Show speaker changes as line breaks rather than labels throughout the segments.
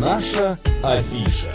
Наша афиша.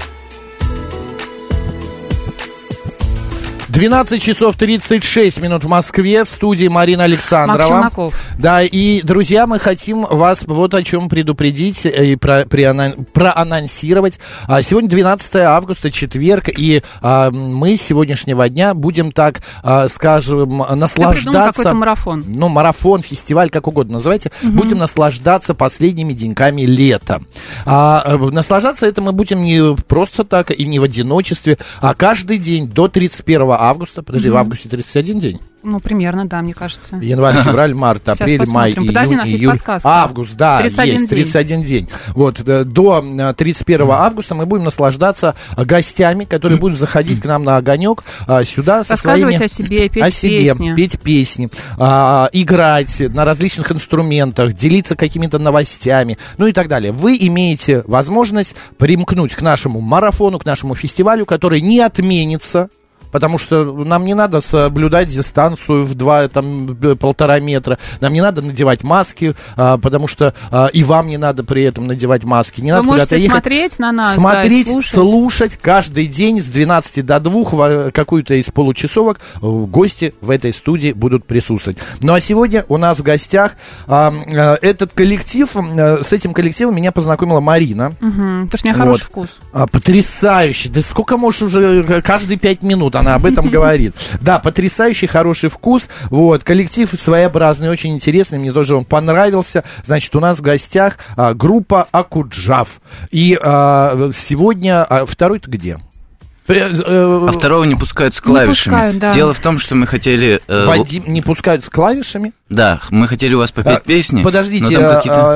12 часов 36 минут в Москве, в студии Марина Александрова.
Максим Маков.
Да, и, друзья, мы хотим вас вот о чем предупредить э, и про, прианон- проанонсировать. А, Сегодня 12 августа, четверг, и а, мы с сегодняшнего дня будем так, а, скажем,
Ты придумал
наслаждаться...
какой-то марафон.
Ну, марафон, фестиваль, как угодно называйте. Будем наслаждаться последними деньками лета. А, э, наслаждаться это мы будем не просто так и не в одиночестве, а каждый день до 31 августа. Подожди, в августе 31 день.
Ну, примерно, да, мне кажется.
Январь, февраль, март,
Сейчас
апрель, май,
посмотрим. Подожди, у
июнь,
нас есть
июль.
подсказка.
Август, да,
31
есть,
день.
31 день. Вот, э, до э, 31 августа мы будем наслаждаться э, гостями, которые будут заходить к нам на огонек э, сюда со
Рассказывать
своими-
о себе, петь
о себе,
песни.
петь песни, а, играть на различных инструментах, делиться какими-то новостями, ну и так далее. Вы имеете возможность примкнуть к нашему марафону, к нашему фестивалю, который не отменится. Потому что нам не надо соблюдать дистанцию в два, там, б- полтора метра. Нам не надо надевать маски, а, потому что а, и вам не надо при этом надевать маски. Не
Вы
надо куда-то
можете
ехать
смотреть на нас, да, и
смотреть,
слушать.
слушать каждый день с 12 до 2 во- какую-то из получасовок э, гости в этой студии будут присутствовать. Ну а сегодня у нас в гостях а, м, э, этот коллектив, м, э, с этим коллективом меня познакомила Марина.
Мгм, Потому что у меня хороший
Вот.
вкус.
А, Потрясающе. Да сколько можешь уже, э, каждые пять минут она об этом говорит. Да, потрясающий, хороший вкус. Вот, коллектив своеобразный, очень интересный, мне тоже он понравился. Значит, у нас в гостях а, группа Акуджав. И а, сегодня... а, второй-то где? Э, э,
А второго не пускают с клавишами.
пускают, да.
Дело в том, что мы хотели... э, л-
Вадим не пускают с клавишами.
Да, мы хотели у вас попеть
А,
песни. но
Подождите,
ну, там
а,
какие-то-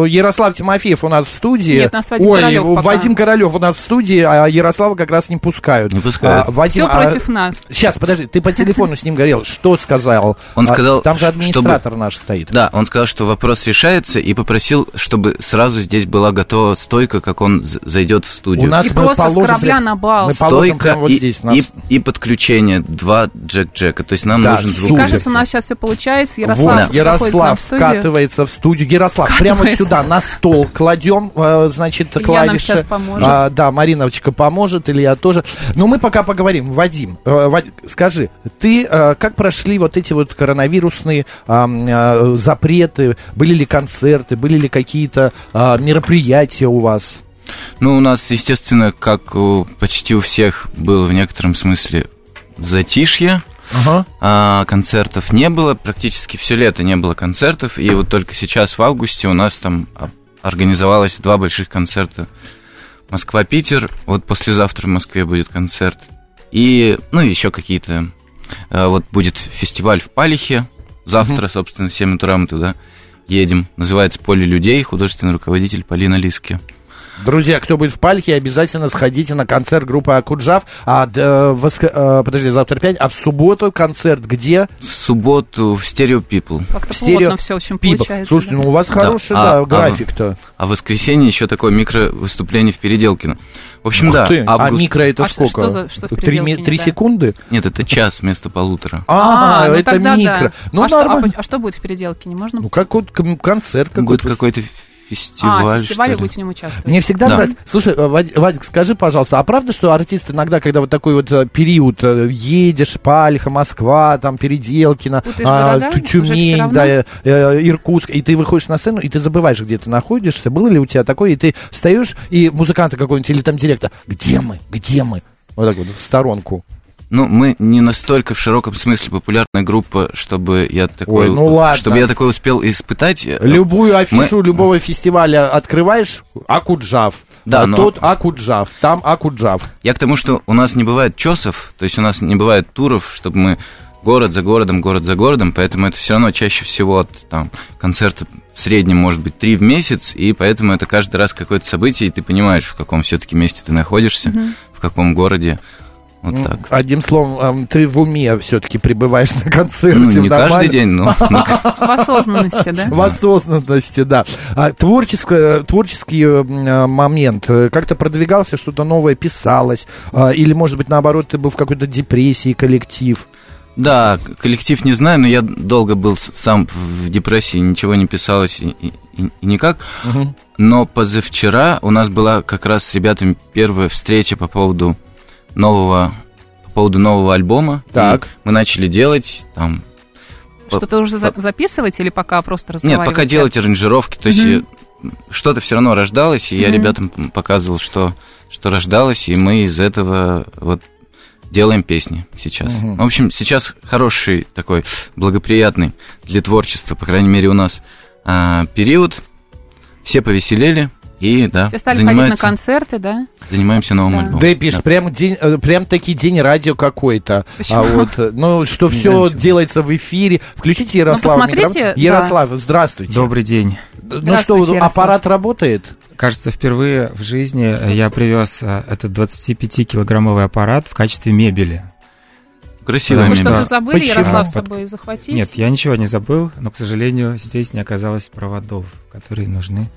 а, Ярослав Тимофеев у нас в студии.
Нет, у нас Вадим
Ой,
Королёв пока.
Вадим Королёв у нас в студии, а Ярослава как раз не пускают.
Не пускают.
А, Вадим,
Все
а-
против нас.
Сейчас, подожди, ты по телефону с ним говорил, что сказал?
Он
А,
сказал,
Там же
чтобы-
администратор наш стоит.
Да, он сказал, что вопрос решается, и попросил, чтобы сразу здесь была готова стойка, как он з- зайдет в студию.
У нас
И
мы
просто с
положим
корабля
прям-
на бал.
Мы положим
стойка
прямо вот
и,
здесь. у нас.
и- и подключение, два джек-джека. То есть нам
Да,
нужен звук.
супер.
Кажется, у нас сейчас все получается.
Вот,
Ярослав, заходит к нам
Ярослав
в студию.
вкатывается в студию. Ярослав, прямо сюда, на стол кладем, э, значит,
Илья нам
клавиши.
щас поможет.
А, да, Мариновочка поможет, или я тоже. Но мы пока поговорим. Вадим, э, Вадим, скажи, ты э, как прошли вот эти вот коронавирусные а, м, э, запреты? Были ли концерты, были ли какие-то а, мероприятия у вас?
Ну, у нас, естественно, как у почти у всех, было в некотором смысле затишье.
Ага.
А, концертов не было, практически все лето не было концертов, и вот только сейчас в августе у нас там а, организовалось два больших концерта Москва-Питер, вот послезавтра в Москве будет концерт, и, ну, еще какие-то, а, вот будет фестиваль в Палихе, завтра, собственно, в 7 утра мы туда едем, называется «Поле людей», художественный руководитель Полина Лиски.
Друзья, кто будет в Пальхе, обязательно сходите на концерт группы Акуджав. А, д- э, воск- э, подожди, завтра 5, а в субботу концерт где?
В субботу в «Стерео People.
Как-то
Стерео
плотно все, в общем,
Пип.
получается.
Слушайте,
да.
ну у вас
Да.
хороший
А,
да,
а,
график-то.
а в воскресенье еще такое микро-выступление в Переделкино. В общем,
Ух
да,
ты. А
август-
микро это
А что-
сколько?
что за- что в
три, ми-
переделке,
три
да?
секунды?
Нет, это час вместо полутора.
А,
ну
это
тогда да.
микро. Ну
а, что, а,
нормально.
по- а что будет в переделке? Не можно?
Ну как вот ком- концерт
Будет
какой-то.
какой-то
а,
фестиваль,
фестиваль,
что
и
ли.
будете в нем участвовать.
Мне всегда
Да.
нравится. Слушай, э, Вадь- Вадик, скажи, пожалуйста, а правда, что артисты иногда, когда вот такой вот э, период э, едешь, Пальха, Москва, там Переделкино, а,
Путаешь города?
Тю-
Уже всё
Тюмень,
равно?
да, э, э, Иркутск, и ты выходишь на сцену, и ты забываешь, где ты находишься. Было ли у тебя такое, и ты встаешь, и музыканты какой-нибудь или там директор, где мы, где мы? Вот так вот, в сторонку.
Ну, мы не настолько в широком смысле популярная группа, чтобы я такой,
Ой, ну ладно.
чтобы я такой успел испытать.
Любую афишу
Мы-
любого фестиваля открываешь, Акуджав.
Да,
А
но-
Тут Акуджав, там Акуджав.
Я к тому, что у нас не бывает чесов, то есть у нас не бывает туров, чтобы мы город за городом, город за городом, поэтому это все равно чаще всего от там, концерта в среднем может быть три в месяц, и поэтому это каждый раз какое-то событие, и ты понимаешь, в каком все-таки месте ты находишься, в каком городе. Вот
Ну,
так.
Одним словом, эм, ты в уме все-таки пребываешь на концерте.
Ну, не
нормально?
каждый день, но но
В осознанности, да?
В осознанности, да. А творческое, творческий м, э, момент э, как-то продвигался, э, что-то новое писалось. а, Или, может быть, наоборот, ты был в какой-то депрессии, коллектив.
Да, к- коллектив не знаю, но я долго был с- сам в депрессии, ничего не писалось и, и- и никак.
Мгм.
Но позавчера у нас была как раз с ребятами первая встреча по поводу нового, по поводу нового альбома.
Так.
И мы начали делать там.
Что-то уже за- записывать или пока просто
Нет,
разговаривать?
пока делать аранжировки, то есть
Мгм.
э, что-то все равно рождалось, и я
Мгм.
ребятам п- показывал, что что рождалось, и мы из этого вот делаем песни сейчас.
Мгм.
В общем, сейчас хороший такой благоприятный для творчества, по крайней мере у нас а, период. Все повеселели и да
Все стали ходить на
занимаются-
концерты, да?
Занимаемся новым
Да.
альбомом.
Депиш, прям, день, э, прям таки день радио какой-то.
Почему?
А вот, э, ну, что
Не
все
знаю, чего.
делается в эфире. Включите Ярослава.
Ну, посмотрите,
Неграмов-
да.
Ярослав, здравствуйте.
Добрый день.
Ну что,
Здравствуйте, Ярослав.
аппарат работает?
Кажется, впервые в жизни я привез э, этот 25-килограммовый аппарат в качестве мебели.
Красивое
Потому
Вы
именно.
имя.
что-то
Да.
забыли,
Почему?
Ярослав, с
Под-
собой захватить?
Нет, я ничего не забыл, но, к сожалению, здесь не оказалось проводов, которые нужны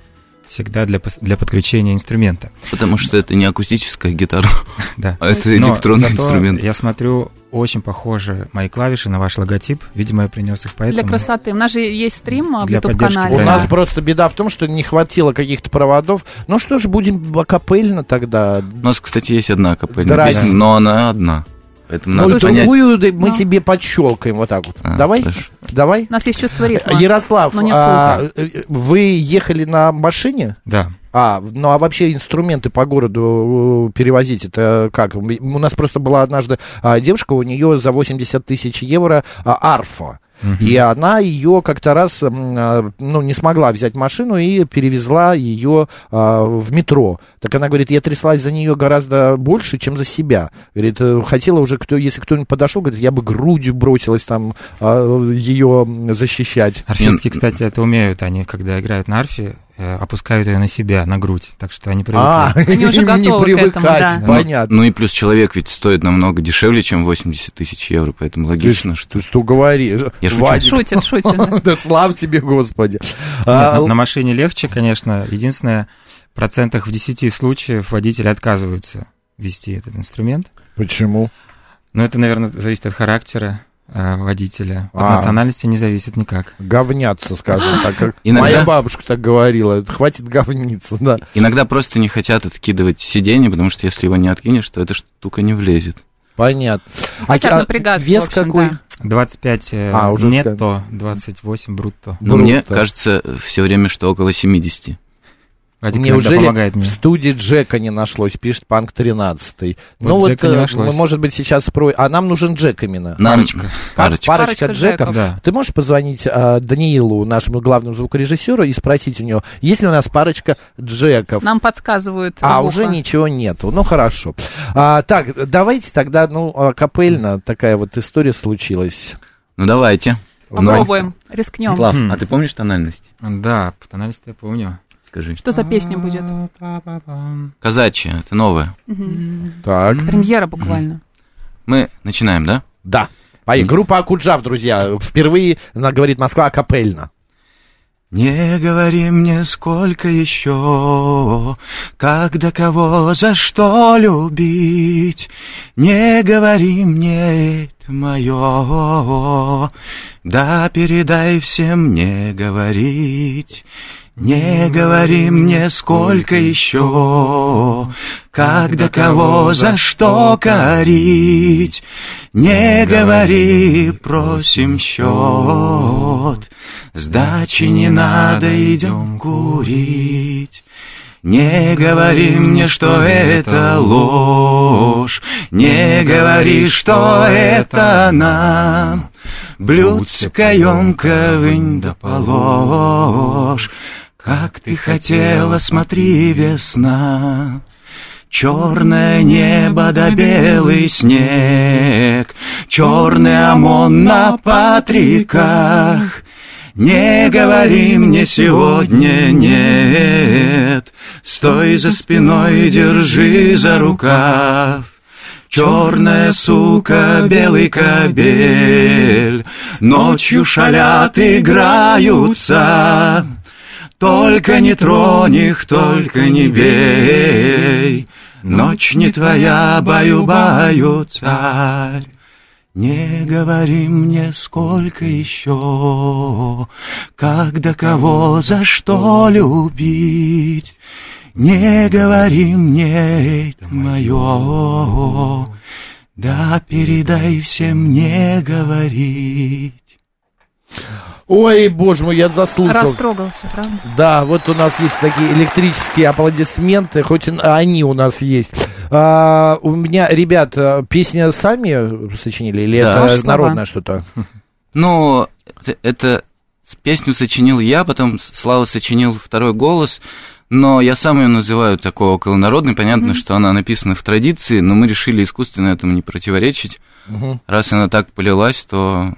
всегда для, пос- для подключения инструмента.
Потому что это не акустическая гитара,
Да.
а это
Но
электронный
зато
инструмент.
Я смотрю, очень похожи мои клавиши на ваш логотип. Видимо, я принес их поэтому.
Для красоты. У нас же есть стрим а, в
Для поддержки
У
YouTube-канале.
Да.
нас просто беда в том, что не хватило каких-то проводов. Ну что ж, будем акапельно тогда.
У нас, кстати, есть одна капельная
Здрасте.
песня, но она одна. Поэтому
Ну,
надо понять.
другую да, мы
Ну.
тебе подщелкаем вот так вот.
А,
давай,
хорошо.
давай.
У нас есть чувство ритма.
Ярослав,
но Ну, не
а, э, вы ехали на машине?
Да.
А, ну а вообще инструменты по городу э, перевозить, это как? М- У нас просто была однажды а, девушка, у нее за 80 тысяч евро а, арфа.
Мгм.
И она ее как-то раз, м, а, ну, не смогла взять машину и перевезла ее а, в метро. Так она говорит, я тряслась за нее гораздо больше, чем за себя. Говорит, э, хотела уже, кто, если кто-нибудь подошел, говорит, я бы грудью бросилась там а, ее защищать.
Арфистки,
Нет.
кстати, это умеют. Они, когда играют на арфе, э, опускают ее на себя, на грудь. Так что они привыкли.
А,
Они уже
не
готовы к этому,
привыкать,
да.
понятно.
Ну и плюс человек ведь стоит намного дешевле, чем 80 тысяч евро, поэтому логично, что...
Ты что говоришь?
Я шучу.
Вадик,
Шутит, шутит. да.
Да слава тебе, Господи.
Нет,
А,
на, на машине легче, конечно. Единственное, в процентах в 10 случаев водители отказываются вести этот инструмент.
Почему?
Но это, наверное, зависит от характера э, водителя. От
А.
национальности не зависит никак.
Говнятся, скажем так. как
Иногда-
Моя бабушка так говорила. Хватит говниться, да.
Иногда просто не хотят откидывать сиденье, потому что если его не откинешь, то эта штука не влезет.
Понятно. А
Хотят
а
напрягаться,
вес
в общем,
какой?
да.
25 э,
А, уже
нетто, 28 брутто.
Но Ну, мне
Круто.
кажется все время, что около 70.
Вадик иногда
Неужели
помогает
в
мне.
студии Джека не нашлось, пишет Панк 13. ну
Вот
вот,
Джека не
э,
нашлось.
мы, может быть, сейчас про... А нам нужен Джек именно.
Нам-
Парочка.
Парочка.
Парочка,
Парочка
Джеков.
Джеков.
Да.
Ты можешь позвонить э, Даниилу, нашему главному звукорежиссеру, и спросить у него, есть ли у нас парочка Джеков?
Нам подсказывают.
А,
в ухо.
уже ничего нету. Ну, хорошо. А, так, давайте тогда, ну, а, капельно такая вот история случилась.
Ну давайте.
Попробуем, рискнем.
Слав,
Мгм.
а ты помнишь тональность?
Да, по тональности я помню.
Скажи.
Что за песня будет?
Па-па-пам.
Казачья, это новая.
Мгм.
М-м. Так.
Премьера буквально.
М-м.
Мы начинаем, да?
Да. А и группа Акуджав, друзья, впервые она говорит Москва капельно.
Не говори мне, сколько еще, как до кого, за что любить. Не говори мне это мое, да передай всем не говорить. Не говори мне, сколько еще, как до кого, за что корить. Не говори, просим счет, Сдачи не надо, идем курить. Не говори мне, что это ложь, Не говори, что это нам. Блюдце емка вынь да положь, Как ты хотела, смотри, весна. Черное небо да белый снег, Черный ОМОН на патриках. Не говори мне сегодня нет, Стой за спиной, держи за рукав. Черная сука, белый кобель, Ночью шалят, играются. Только не тронь их, только не бей, Ночь не твоя, баю-баю, царь. Не говори мне, сколько еще, как до кого, за что любить. Не говори мне это мое, да передай всем не говорить.
Ой, боже мой, я заслушал.
Растрогался, правда?
Да, вот у нас есть такие электрические аплодисменты, хоть и они у нас есть. А, у меня, ребят, а, песни сами сочинили или
Да.
это
Ваши слова.
народное что-то?
Ну, это- это с- песню сочинил я, потом Слава сочинил второй голос, но я сам ее называю такой околонародной. Понятно,
Мгм.
что она написана в традиции, но мы решили искусственно этому не противоречить.
Мгм.
Раз она так полилась, то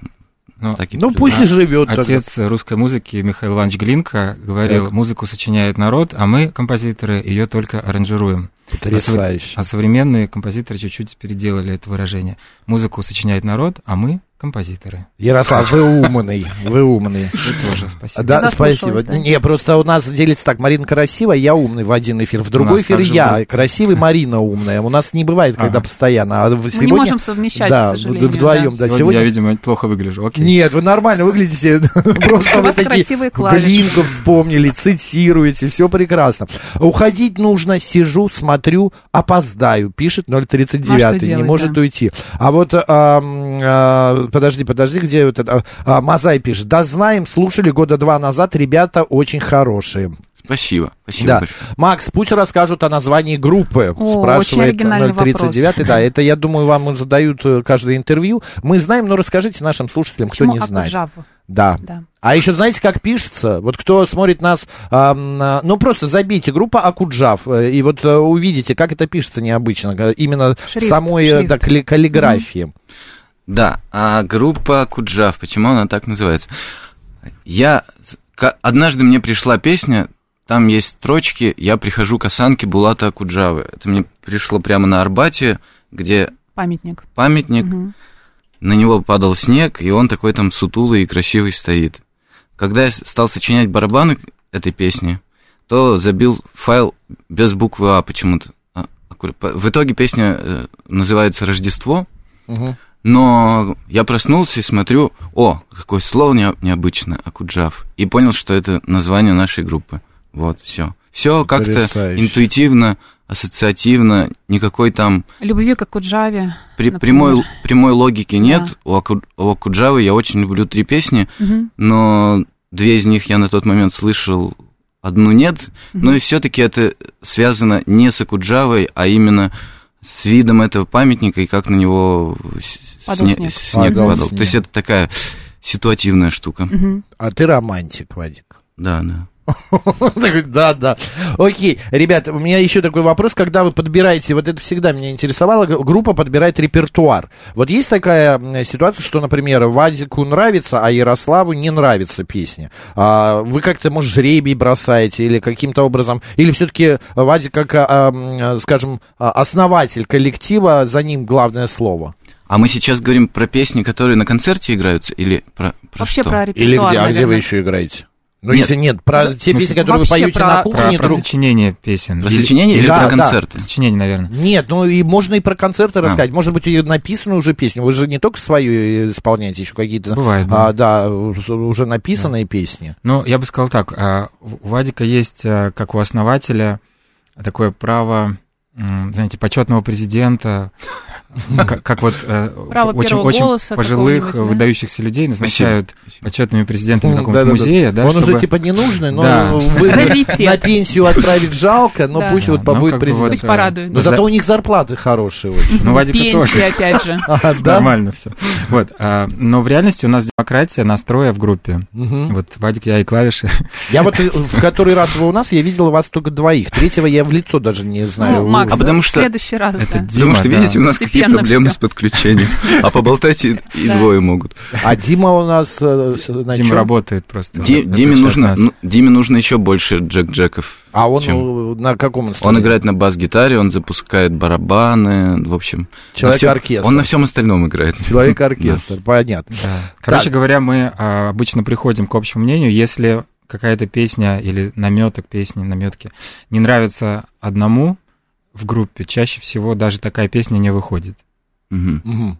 Ну,
так и
Ну
полилась.
пусть и живет. так.
Отец русской музыки Михаил Иванович Глинка говорил,
Так.
музыку сочиняет народ, а мы, композиторы, ее только аранжируем.
Потрясающе.
А современные композиторы чуть-чуть переделали это выражение. Музыку сочиняет народ, а мы, композиторы.
Ярослав, вы умный, вы умный.
Вы тоже, спасибо.
А Да,
Заслушалась,
спасибо.
да.
Не, просто у нас делится так, Марина красивая, я умный в один эфир, в другой
нас
эфир
также
я
будет.
красивый, Марина умная. У нас не бывает, когда
Ага.
постоянно. А в-
Мы не
сегодня-
можем совмещать,
да,
к
в-
сожалению.
вдвоем, да,
Сегодня,
сегодня.
я, видимо, плохо выгляжу. Окей.
Нет, вы нормально выглядите. Просто
У
вы
вас
такие
красивые клавиши.
глинку вспомнили, цитируете, все прекрасно. Уходить нужно, сижу, смотрю, опоздаю, пишет 039, не
Ну, а делать,
может
да.
уйти. А вот, а, м, а, подожди, подожди, где вот это? а, Мазай пишет, да знаем, слушали года два назад, ребята очень хорошие.
Спасибо. Спасибо
Да.
большое.
Макс, пусть расскажут о названии группы,
О,
спрашивает
очень оригинальный
039. Да, это, я думаю, вам задают э, каждое интервью. Мы знаем, но расскажите нашим слушателям, кто
Почему
не знает.
Акуджава?
Да.
Да.
А еще знаете, как пишется? Вот кто смотрит нас, а, м, а, ну просто забейте группа Акуджав, э, и вот э, увидите, как это пишется необычно, э, именно в
Шрифт,
самой э,
шрифт.
да, калли- каллиграфии.
Да, а группа Куджав, почему она так называется? Я... к- Однажды мне пришла песня, там есть строчки «Я прихожу к осанке Булата Куджавы». Это мне пришло прямо на Арбате, где
Памятник.
памятник,
Мгм.
на него падал снег, и он такой там сутулый и красивый стоит. Когда я с- стал сочинять барабаны к этой песни, то забил файл без буквы А почему-то. А, аккур- по- В итоге песня э, называется «Рождество»,
Мгм.
но я проснулся и смотрю, о, какое слово не- необычное, Акуджав. И понял, что это название нашей группы. Вот, все. Все как-то
Потрясающе.
интуитивно, ассоциативно, никакой там
Любви к Акуджаве.
при-
Например.
прямой, прямой логики нет.
Да.
У, Аку- у Акуджавы я очень люблю три песни,
Мгм.
но две из них я на тот момент слышал, одну нет. Но и все-таки это связано не с Акуджавой, а именно с видом этого памятника и как на него с-
Падал
сне-
снег.
снег
Падал
падал.
снег.
То есть это такая ситуативная штука.
Мгм.
А ты романтик, Вадик.
Да, да.
Такой, Да, да. Окей, ребята, у меня еще такой вопрос, когда вы подбираете, вот это всегда меня интересовало, г- группа подбирает репертуар. Вот есть такая м, ситуация, что, например, Вадику нравится, а Ярославу не нравится песня. А вы как-то, может, жребий бросаете или каким-то образом, или все-таки Вадик, как, а, м, скажем, а, основатель коллектива, за ним главное слово.
А мы сейчас говорим про песни, которые на концерте играются, или про, про
Вообще
что?
про
Или
репертуар,
где, а где вы
наверное.
еще играете? Ну,
Нет.
если нет, про те
ну,
песни, которые вы
вообще
поете
про-
на
Про,
кухне,
про
друг-
сочинение песен.
Про сочинение или
Да,
про
да.
концерты?
Сочинение, наверное.
Нет, ну и можно и про концерты
А.
рассказать. Может быть, и написанную уже песню. Вы же не только свою исполняете, еще какие-то,
Бывает, Ну, да.
а, да, уже уже написанные песни.
Ну, я бы сказал так, а, у Вадика есть, а, как у основателя, такое право, м, знаете, почетного президента, как как вот э,
Право
очень,
первого
очень
голоса
пожилых,
какого-нибудь, да?
выдающихся людей назначают почетными президентами
М,
какого-то
да-да-да.
музея, да,
Он уже
чтобы-
типа не нужный, но
Да.
вы
Раритет.
на пенсию отправить жалко, но
Да.
пусть вот
Да, ну,
побудет
как бы
президент.
Пусть
э,
порадует.
Но зато у них зарплаты хорошие очень.
Ну, Вадика
Пенсии,
тоже.
опять же. Ну,
А, да?
Нормально все. Вот. а, но в реальности у нас демократия настроя в группе.
Мгм.
Вот Вадик, я и клавиши.
Я вот э, в который раз вы у нас, я видел вас только двоих. Третьего я в лицо даже не знаю.
Ну, Макс,
А потому что-
в следующий раз, да.
Это Дима,
Потому что,
да.
видите, у нас какие
Постепенно
проблемы
всё.
с подключением. А поболтать и, и
Да.
двое могут.
А Дима у нас э, с- на
Дима
чём?
работает просто.
Ди-
в
Диме
отличие от
нужно,
нас.
ну, Диме нужно еще больше джек-джеков.
А он
Чем?
э, на каком
Он
инструменте?
играет на бас-гитаре, он запускает барабаны, в общем. на всём-
Человек-оркестр.
Он на всем остальном играет.
Человек-оркестр, понятно.
Да. Короче говоря, мы а, обычно приходим к общему мнению, если какая-то песня или наметок песни, наметки не нравится одному в группе, чаще всего даже такая песня не выходит.
Мгм.
Мгм.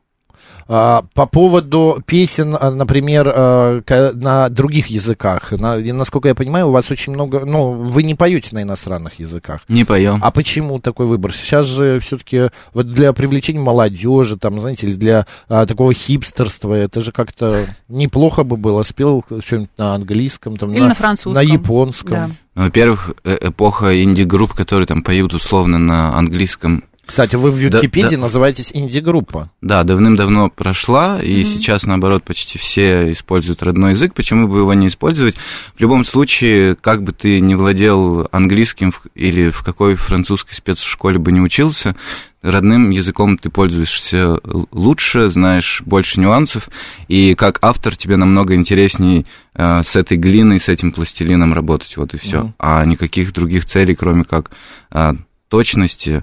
А, по поводу песен, а, например, э, ка- на других языках. На- и, насколько я понимаю, у вас очень много... Ну, вы не поете на иностранных языках.
Не поем.
А почему такой выбор? Сейчас же все-таки вот для привлечения молодежи, там, знаете, или для а, такого хипстерства, это же как-то неплохо бы было. Спел что-нибудь на английском, там,
Или
на,
на французском.
на японском.
Да.
Ну, Во-первых, э- эпоха инди-групп, которые там поют условно на английском,
Кстати, вы в
Да,
Википедии
да.
называетесь инди-группа.
да, давным-давно прошла,
Мгм.
и сейчас, наоборот, почти все используют родной язык. Почему бы его не использовать? В любом случае, как бы ты не владел английским в- или в какой французской спецшколе бы не учился, родным языком ты пользуешься л- лучше, знаешь больше нюансов, и как автор тебе намного интересней э, с этой глиной, с этим пластилином работать, вот и все.
Мгм.
А никаких других целей, кроме как э, точности,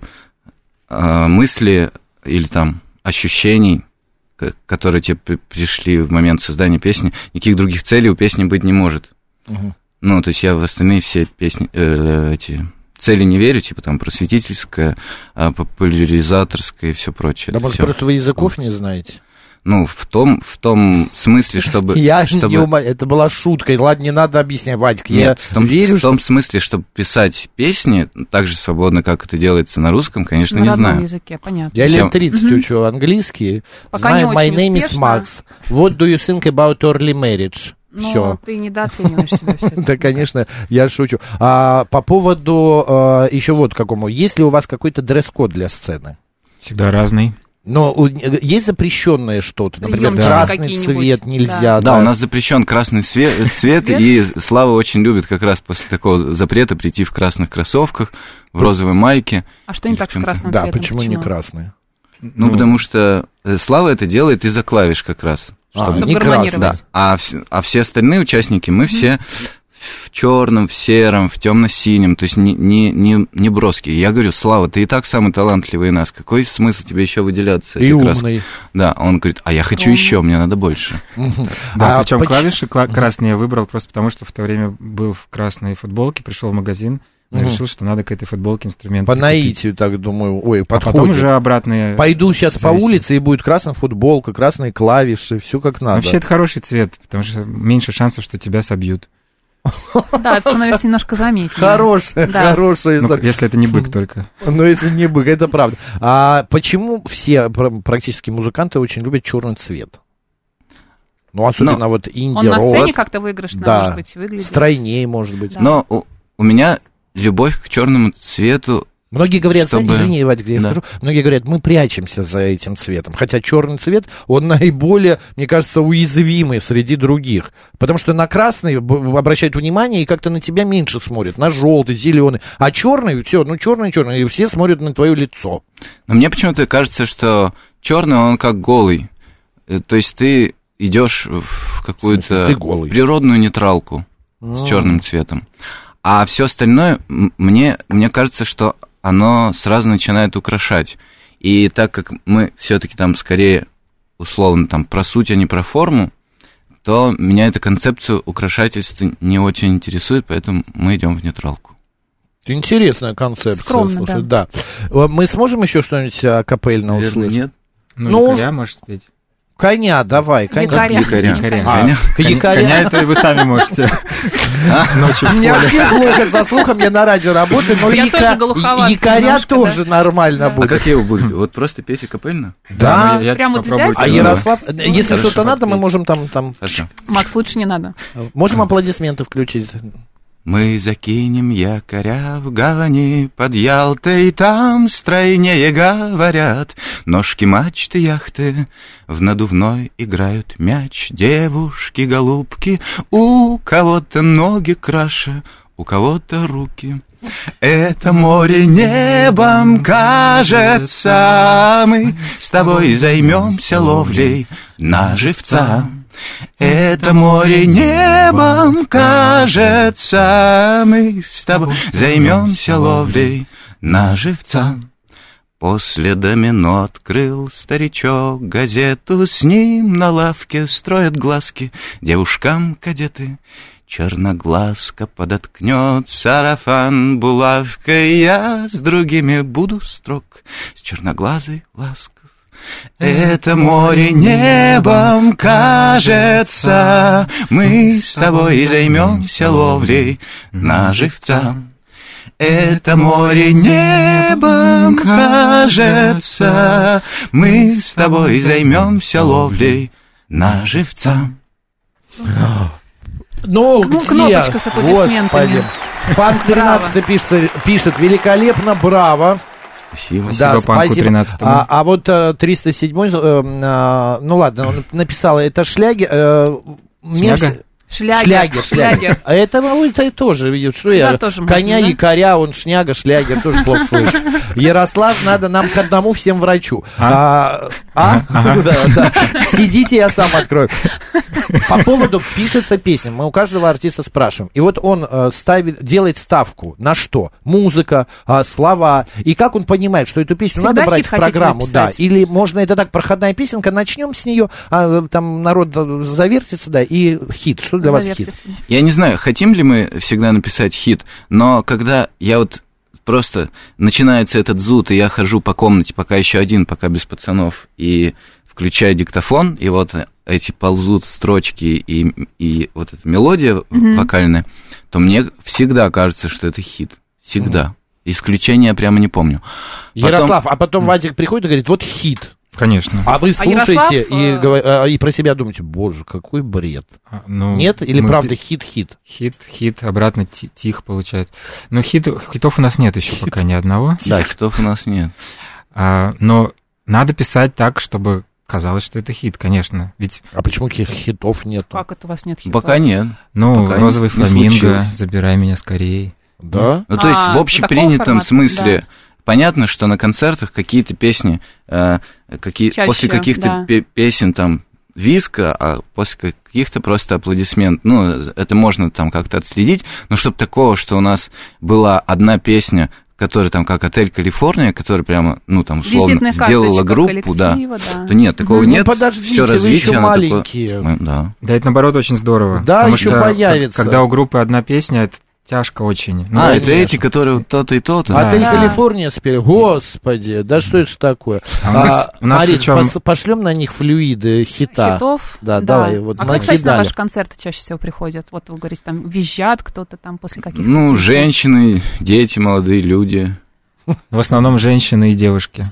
э, мысли или там ощущений, к- которые тебе при- пришли в момент создания песни, никаких других целей у песни быть не может. Ну, то есть я в остальные все песни, э, эти цели не верю, типа там просветительская, а, популяризаторская и все прочее.
Да,
Это
может,
всё.
просто вы языков не знаете?
Ну, в том, в том смысле, чтобы...
Я
чтобы...
не ума- Это была шутка. Ладно, не надо объяснять, Вадик.
Нет,
я
в том,
верю,
в том смысле, чтобы писать песни так же свободно, как это делается на русском, конечно,
На
не
родном
знаю.
языке, понятно.
Я
Всё.
лет 30
Мгм.
учу английский.
Пока
Знаю
не
my
очень
name
успешно.
is Max. What do you think about early marriage?
Но
Все.
Ну, ты недооцениваешь себя все
Да, конечно, я шучу. А, по поводу еще вот какому. Есть ли у вас какой-то дресс-код для сцены?
Всегда разный.
Но у- есть запрещенное что-то? Например,
Приёмчики
красный
какие-нибудь.
цвет
Да.
нельзя.
Да, у нас запрещен красный све- цвет,
Цвет?
и Слава очень любит как раз после такого запрета прийти в красных кроссовках, в розовой майке.
А что не так с
Девчонка.
красным
Да,
цветом?
почему не красный?
Ну, потому что э, Слава это делает из-за клавиш как раз.
А,
чтобы-
Чтобы
не красный.
гармонировать.
Да. А, вс- а все остальные участники, мы все в черном, в сером, в темно-синем, то есть не, не, не, не броские. Я говорю, Слава, ты и так самый талантливый из нас. Какой смысл тебе еще выделяться?
И
этой краской?»
умный.
Да, а он говорит, а я хочу
Умный.
еще, мне надо больше.
Мгм.
Да,
А
причем
поч-
клавиши кла- красные я выбрал просто потому, что в то время был в красной футболке, пришел в магазин, и
Мгм.
решил, что надо к этой футболке инструмент.
По
прикрепить.
наитию так думаю. Ой,
А потом
подходит.
уже обратные.
Пойду сейчас по
зависит.
улице, и будет красная футболка, красные клавиши, все как надо.
Вообще это хороший цвет, потому что меньше шансов, что тебя собьют.
Да, это становится немножко заметнее.
Хорошая,
Да.
хорошая
Ну,
история.
если это не бык только.
Но если не бык, это правда. А почему все пр- практически музыканты очень любят черный цвет? Ну, особенно вот
Он на
инди-рок,
сцене как-то выигрышно,
Да.
может быть, выглядит.
стройнее, может быть.
Да.
Но у, у меня любовь к черному цвету,
Многие говорят,
Чтобы-
извини, Вадик, я
Да.
скажу, многие говорят, мы прячемся за этим цветом. Хотя черный цвет, он наиболее, мне кажется, уязвимый среди других. Потому что на красный б- обращают внимание и как-то на тебя меньше смотрят, на желтый, зеленый. А черный, все, ну черный, черный, и все смотрят на твое лицо.
но мне почему-то кажется, что черный он как голый. Э, То есть ты идешь в какую-то
Ты голый.
природную нейтралку. с
М.
черным цветом. А все остальное, м, мне, мне кажется, что оно сразу начинает украшать. И так как мы все-таки там скорее, условно, там про суть, а не про форму, то меня эта концепция украшательства не очень интересует, поэтому мы идем в нейтралку.
Интересная концепция.
Скромно,
слушай, да. Э, Мы сможем еще что-нибудь а, капельно услышать?
нет?
Ну,
Ну,
якоря можешь спеть.
Коня, давай, коня.
Якоря.
Якоря.
Якоря.
А,
Коня?
к якоря.
Коня это и вы сами можете. Ночью в
Мне
поле.
вообще плохо со слухом, я на радио работаю, но
Я
яка-
тоже глуховато
якоря
немножко,
тоже нормально
Да.
А
будет.
как я его буду? Вот просто петь акапельно?
Да,
Да?
ну, я
Прям вот
попробую
взять?
А
тебя.
Ярослав,
Ну,
если
хорошо,
что-то надо, мы
ответь.
можем там, там,
Хорошо.
Макс, лучше не надо.
можем аплодисменты включить.
Мы закинем якоря в гавани под Ялтой, там стройнее говорят. Ножки мачты яхты в надувной играют мяч. Девушки-голубки, у кого-то ноги краше, у кого-то руки. Это море небом кажется, мы с тобой займемся ловлей на живца. Это море небом кажется, мы с тобой займемся ловлей на живца. После домино открыл старичок газету, с ним на лавке строят глазки девушкам кадеты. Черноглазка подоткнет сарафан булавкой, я с другими буду строг, с черноглазой ласков. Это море небом кажется, Мы с тобой займемся ловлей на живца. Это море небом кажется, Мы с тобой займемся ловлей на живца.
Ну,
Ну,
где?
кнопочка с аплодисментами.
Господи. Панк 13 пишет, пишет великолепно, браво.
Спасибо.
Спасибо Панку 13.
А, а вот э, 307, э, э, ну ладно, он написала, это шляги. э, мне
Шняга?
вс-
Шлягер.
Шлягер, шлягер. А это, ну, это тоже, видишь, что я,
Да, тоже можно,
коня
да?
якоря, он шняга, шлягер, тоже плохо слышит. Ярослав, надо нам к одному всем врачу. А, а? Да, да. Сидите, я сам открою. По поводу пишется песня. Мы у каждого артиста спрашиваем. И вот он э, ставит, делает ставку на что? Музыка, а, слова. И как он понимает, что эту песню
Всегда
надо брать
хит
в
хотите
программу, да.
написать.
Или можно это так, проходная песенка, начнем с нее, а, э, там народ э, завертится, да, и хит. Что для вас хит?
Завертится.
Я не знаю, хотим ли мы всегда написать хит, но когда я вот просто начинается этот зуд, и я хожу по комнате, пока еще один, пока без пацанов, и включаю диктофон, и вот эти ползут строчки и, и вот эта мелодия
Мгм.
вокальная, то мне всегда кажется, что это хит. Всегда. Исключения прямо не помню. Потом-
Ярослав, а потом Вадик приходит и говорит, вот хит.
Конечно.
А вы слушаете
Ярослав,
и,
э,
гово- э, и про себя думаете, боже, какой бред.
А, ну,
Нет? Или
мы-
правда хит-хит?
Хит, хит, обратно ти- тих получается. Но хит, хитов у нас нет еще пока ни одного.
Да, хитов у нас нет.
А, но надо писать так, чтобы казалось, что это хит, конечно. Ведь,
А почему хи- хитов нет?
Как это у вас нет хита?
Пока нет.
ну,
Пока не- не
розовый фламинго,
случилось.
забирай меня скорее.
Да?
Ну, то есть,
А,
в
вот
общепринятом
такого формата,
смысле, понятно, что на концертах какие-то песни, э, какие,
Чаще,
после каких-то
да.
пе- песен там виска, а после каких-то просто аплодисмент. Ну, это можно там как-то отследить, но чтобы такого, что у нас была одна песня, которая там как «Отель Калифорния», которая прямо, ну, там, условно,
Визитная
сделала
карточка
группу, да,
коллектива, да.
то нет, такого
Ну,
нет.
подождите,
всё
вы
развитие,
еще
оно такое-
маленькие.
Мы- Да.
Да, это наоборот очень здорово.
Да,
потому
еще
что к-
появится.
Когда у группы одна песня, это тяжко очень. Ну,
а,
а,
это эти, которые вот то-то и то-то.
Отель
Да.
А Калифорния спели. Господи, да что это ж такое?
у нас,
А,
у нас
Марин,
причем...
пос- пошлем на них флюиды хита.
Хитов.
Да, давай, вот
а кто, кстати, на
накидали.
ваши концерты чаще всего приходит? Вот вы говорите, там визжат кто-то там после каких-то...
Ну,
песен.
женщины, дети, молодые люди.
В основном женщины и девушки.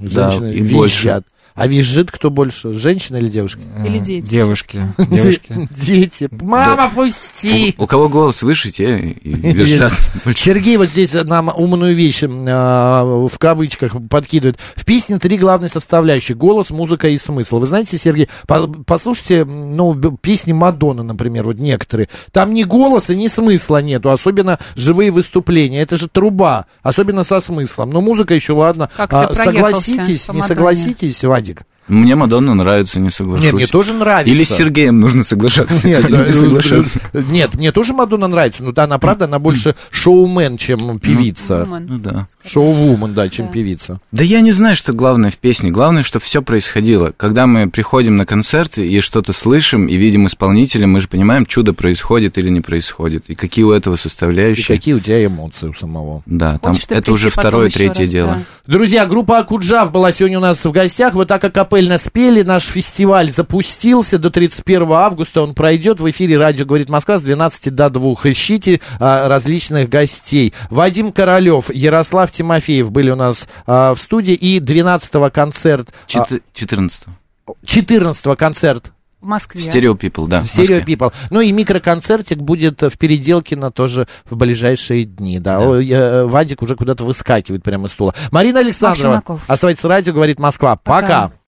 Да,
Женщины
и
визжат. А визжит кто больше, женщина или девушка?
Э,
Или дети.
Девушки. Девушки.
Дети. Мама, пусти!
У, у кого голос выше, те и визжат.
Сергей вот здесь нам умную вещь м, а, в кавычках подкидывает. В песне три главные составляющие. Голос, музыка и смысл. Вы знаете, Сергей, по- послушайте, м, ну, б- песни Мадонны, например, вот некоторые. Там ни голоса, ни смысла нету. Особенно живые выступления. Это же труба. Особенно со смыслом. Но музыка еще, ладно. А,
Как ты проехался
согласитесь,
по
не
Мадонне.
согласитесь, Вадик?
Мне Мадонна нравится, не соглашусь.
Нет, мне тоже нравится.
Или с Сергеем нужно соглашаться.
Нет,
или
да,
не соглашаться.
э, нет, мне тоже Мадонна нравится, но да, она правда, она больше шоумен, чем певица.
Woman.
Ну да.
Шоу-вумен, да, чем
Да.
певица.
Да я не знаю, что главное в песне. Главное, чтобы все происходило. Когда мы приходим на концерт и что-то слышим, и видим исполнителя, мы же понимаем, чудо происходит или не происходит. И какие у этого
И
составляющие.
какие у тебя эмоции у самого.
Да, там
Хочешь ты
это уже
прийти потом
второе,
еще
третье
раз,
дело.
да.
Друзья, группа Акуджав была сегодня у нас в гостях. Вот так акапельно спели. Наш фестиваль запустился до 31 августа. Он пройдет в эфире «Радио говорит Москва» с 12 до 2. Ищите а, различных гостей. Вадим Королев, Ярослав Тимофеев были у нас а, в студии. И 12 концерт, а,
Чет- 14
14 концерт
В Москве.
Стерео People, да. в
Стерео
Москве.
People. Ну и микроконцертик будет э, в Переделкино тоже в ближайшие дни. Да. О, я, э, Вадик уже куда-то выскакивает прямо из стула. Марина Александрова.
Максимаков.
Оставайтесь с радио, говорит Москва. Пока.
Пока.